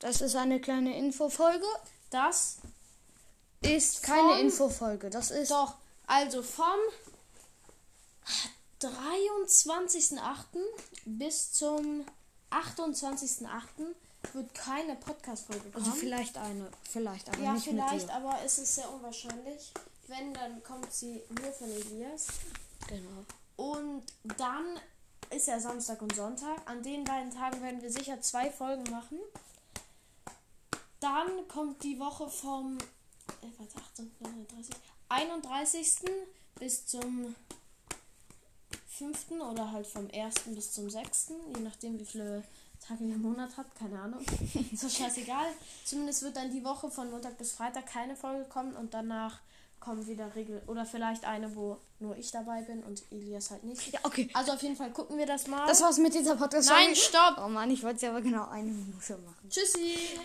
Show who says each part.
Speaker 1: Das ist eine kleine Infofolge.
Speaker 2: Das
Speaker 1: Ist keine
Speaker 2: Von-
Speaker 1: Infofolge. Das ist.
Speaker 2: doch. Also vom 23.08. bis zum 28.08. wird keine Podcast-Folge kommen.
Speaker 1: Also vielleicht eine. Vielleicht, aber
Speaker 2: ja,
Speaker 1: nicht
Speaker 2: vielleicht,
Speaker 1: mit
Speaker 2: aber es ist sehr unwahrscheinlich. Wenn, dann kommt sie nur von Elias.
Speaker 1: dir. Genau.
Speaker 2: Und dann ist ja Samstag und Sonntag. An den beiden Tagen werden wir sicher zwei Folgen machen. Dann kommt die Woche vom äh, warte, 18, 19, 30, 31. bis zum 5. oder halt vom 1. bis zum 6. Je nachdem, wie viele Tage der Monat hat. Keine Ahnung. Ist doch scheißegal. Zumindest wird dann die Woche von Montag bis Freitag keine Folge kommen und danach kommen wieder Regel oder vielleicht eine, wo nur ich dabei bin und Elias halt nicht.
Speaker 1: Ja, okay.
Speaker 2: Also auf jeden Fall gucken wir das mal.
Speaker 1: Das war's mit dieser Podcast-Folge.
Speaker 2: Nein, stopp!
Speaker 1: Oh Mann, ich wollte sie aber genau eine Minute machen.
Speaker 2: Tschüssi!